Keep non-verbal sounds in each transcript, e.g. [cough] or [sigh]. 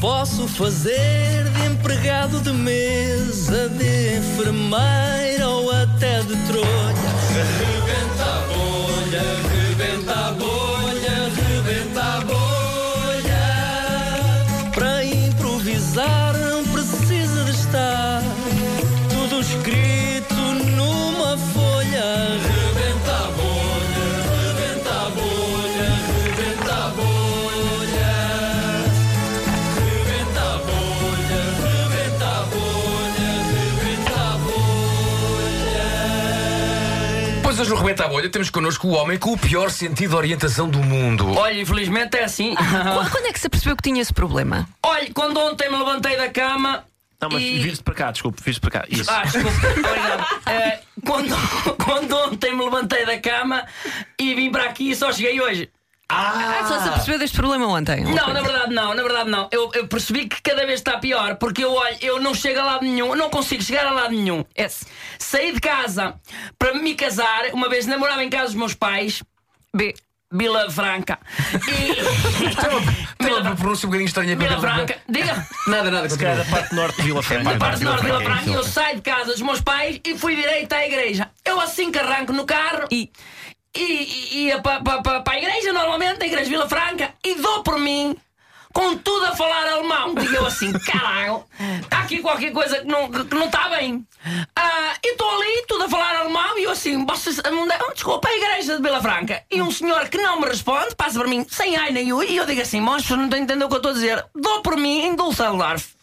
posso fazer de empregado de mesa, de enfermeira ou até de trolha. Rebenta a bolha, rebenta a bolha, rebenta a bolha. Para improvisar não precisa de estar tudo escrito numa folha. Rebenta a bolha, rebenta a bolha, rebenta a bolha. Rebenta a bolha, rebenta a bolha, rebenta a bolha. Pois hoje no Rebenta a Bolha temos connosco o homem com o pior sentido de orientação do mundo. Olha, infelizmente é assim. Qu- Quando é que se percebeu que tinha esse problema? Olha, quando ontem me levantei da cama. Não, mas e... vires para cá, desculpe, vires para cá. Isso. Ah, desculpa, [laughs] obrigado. Eh, quando, [laughs] quando ontem me levantei da cama e vim para aqui e só cheguei hoje. Ah, só se percebeu deste problema ontem. Não, na verdade não, na verdade não. Eu, eu percebi que cada vez está pior, porque eu olho, eu não chego a lado nenhum, eu não consigo chegar a lado nenhum. É, saí de casa para me casar, uma vez namorava em casa dos meus pais, B. Vila Franca. E. Tem uma pronúncia um bocadinho estranha Vila Franca, diga! Nada, nada, Se calhar da continua. parte É norte de Vila Franca. da parte norte de Vila Franca, eu Isso. saio de casa dos meus pais e fui direito à igreja. Eu assim que arranco no carro e I. e- e ia para pa, pa, pa a igreja, normalmente, a igreja de Vila Franca, e dou por mim. Com tudo a falar alemão, digo eu assim: caralho, está aqui qualquer coisa que não, que, que não está bem. Ah, e estou ali, tudo a falar alemão, e eu assim: vocês, não dá- oh, desculpa, a igreja de Vila Franca. E um senhor que não me responde passa para mim, sem ai nem ui, e eu digo assim: monstro, não estou a entender o que eu estou a dizer. Dou por mim em Dulceldorf.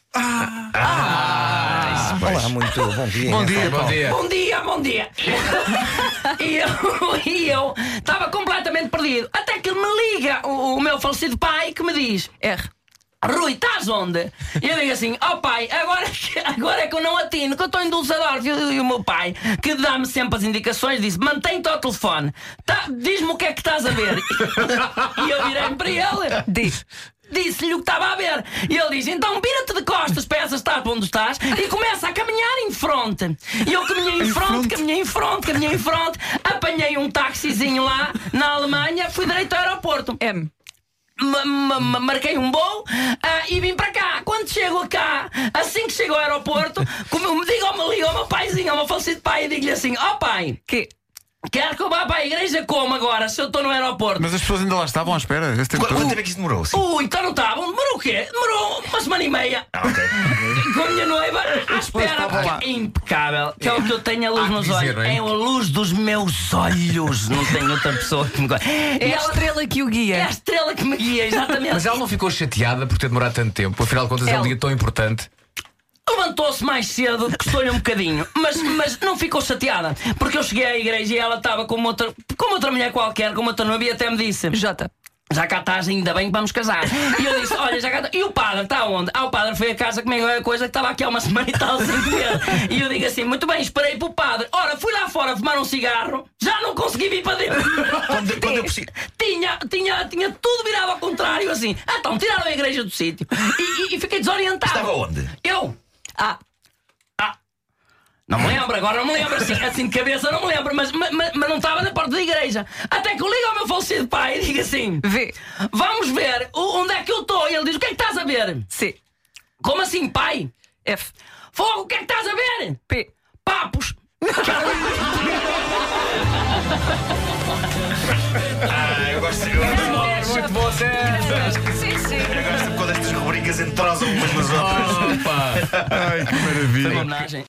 Olá, muito bom dia. Bom dia, bom dia. Bom dia, bom dia. e eu- e eu estava completamente perdido. Até que me liga o, o meu falecido pai que me diz: R. Rui, estás onde? E eu digo assim: Ó pai, agora, é que- agora é que eu não atino, que eu estou em Dulcedor. E, o- e o meu pai, que dá-me sempre as indicações, disse: Mantém-te ao telefone, Tá- diz-me o que é que estás a ver. [laughs] e eu virei-me para ele. D. Disse-lhe o que estava a ver. E ele diz: então vira-te de costas para essa estátua onde estás e começa a caminhar em fronte. E eu caminhei em fronte, caminhei em fronte, caminhei em fronte. Apanhei um taxizinho lá na Alemanha, fui direito ao aeroporto. M. Ma- ma- ma- marquei um voo ah, e vim para cá. Quando chego cá, assim que chego ao aeroporto, [laughs] como me diga ao meu, liga ao meu paizinho, ao meu falecido pai, e digo-lhe assim: ó pai, Q. quer que eu vá para a igreja como agora, se eu estou no aeroporto? Mas as pessoas ainda lá estavam à espera. Esse tempo Qu- Quanto todo. tempo é que isso demorou? Sim. Ui, então não estavam. Demorou o quê? Demorou uma semana e meia. Ah, [laughs] Com a minha noiva, à espera. estavam lá. É impecável. Que é o que eu tenho a luz Há que nos dizer, olhos. não é? É a luz dos meus olhos. Não tem outra pessoa que me [laughs] goste. É E a ela estrela que o guia. é a estrela que me guia, exatamente. Mas ela não ficou chateada por ter demorado tanto tempo. Afinal de contas, é um Ela. dia tão importante. Levantou-se mais cedo, custou-lhe um bocadinho, mas, mas não ficou chateada, porque eu cheguei à igreja e ela estava com uma outra, com uma outra mulher qualquer, com uma outra noiva, e até me disse: J. Já cá estás, ainda bem que vamos casar. E eu disse: Olha, já cá tá- E o padre está onde? Ah, o padre foi a casa comigo, é a coisa que estava aqui há uma semana e tal sem comer. E eu digo assim: Muito bem, esperei para o padre. Ora, fui lá fora fumar um cigarro, já não consegui vir para dentro. Quando, quando eu preciso. Tinha, tinha, tinha tudo virado ao contrário, assim. Ah, Então, tiraram a igreja do sítio. E, e- e fiquei desorientado. Estava onde? Eu. Ah. A. Não me lembro, agora não me lembro, assim, assim de cabeça não me lembro, mas, mas, mas mas não estava na porta da igreja. Até que eu ligo ao meu falecido pai e digo assim: V. Vamos ver o- onde é que eu estou. E ele diz: O que é que estás a ver? C. Como assim, pai? F. Fogo, o que é que estás a ver? P. Papos! Ah, eu gosto, eu gosto, Muito bom, Sim, sim. eu gosto quando estas rubricas entrosam umas nas outras. Opa! Ai, que maravilha. Homenagem.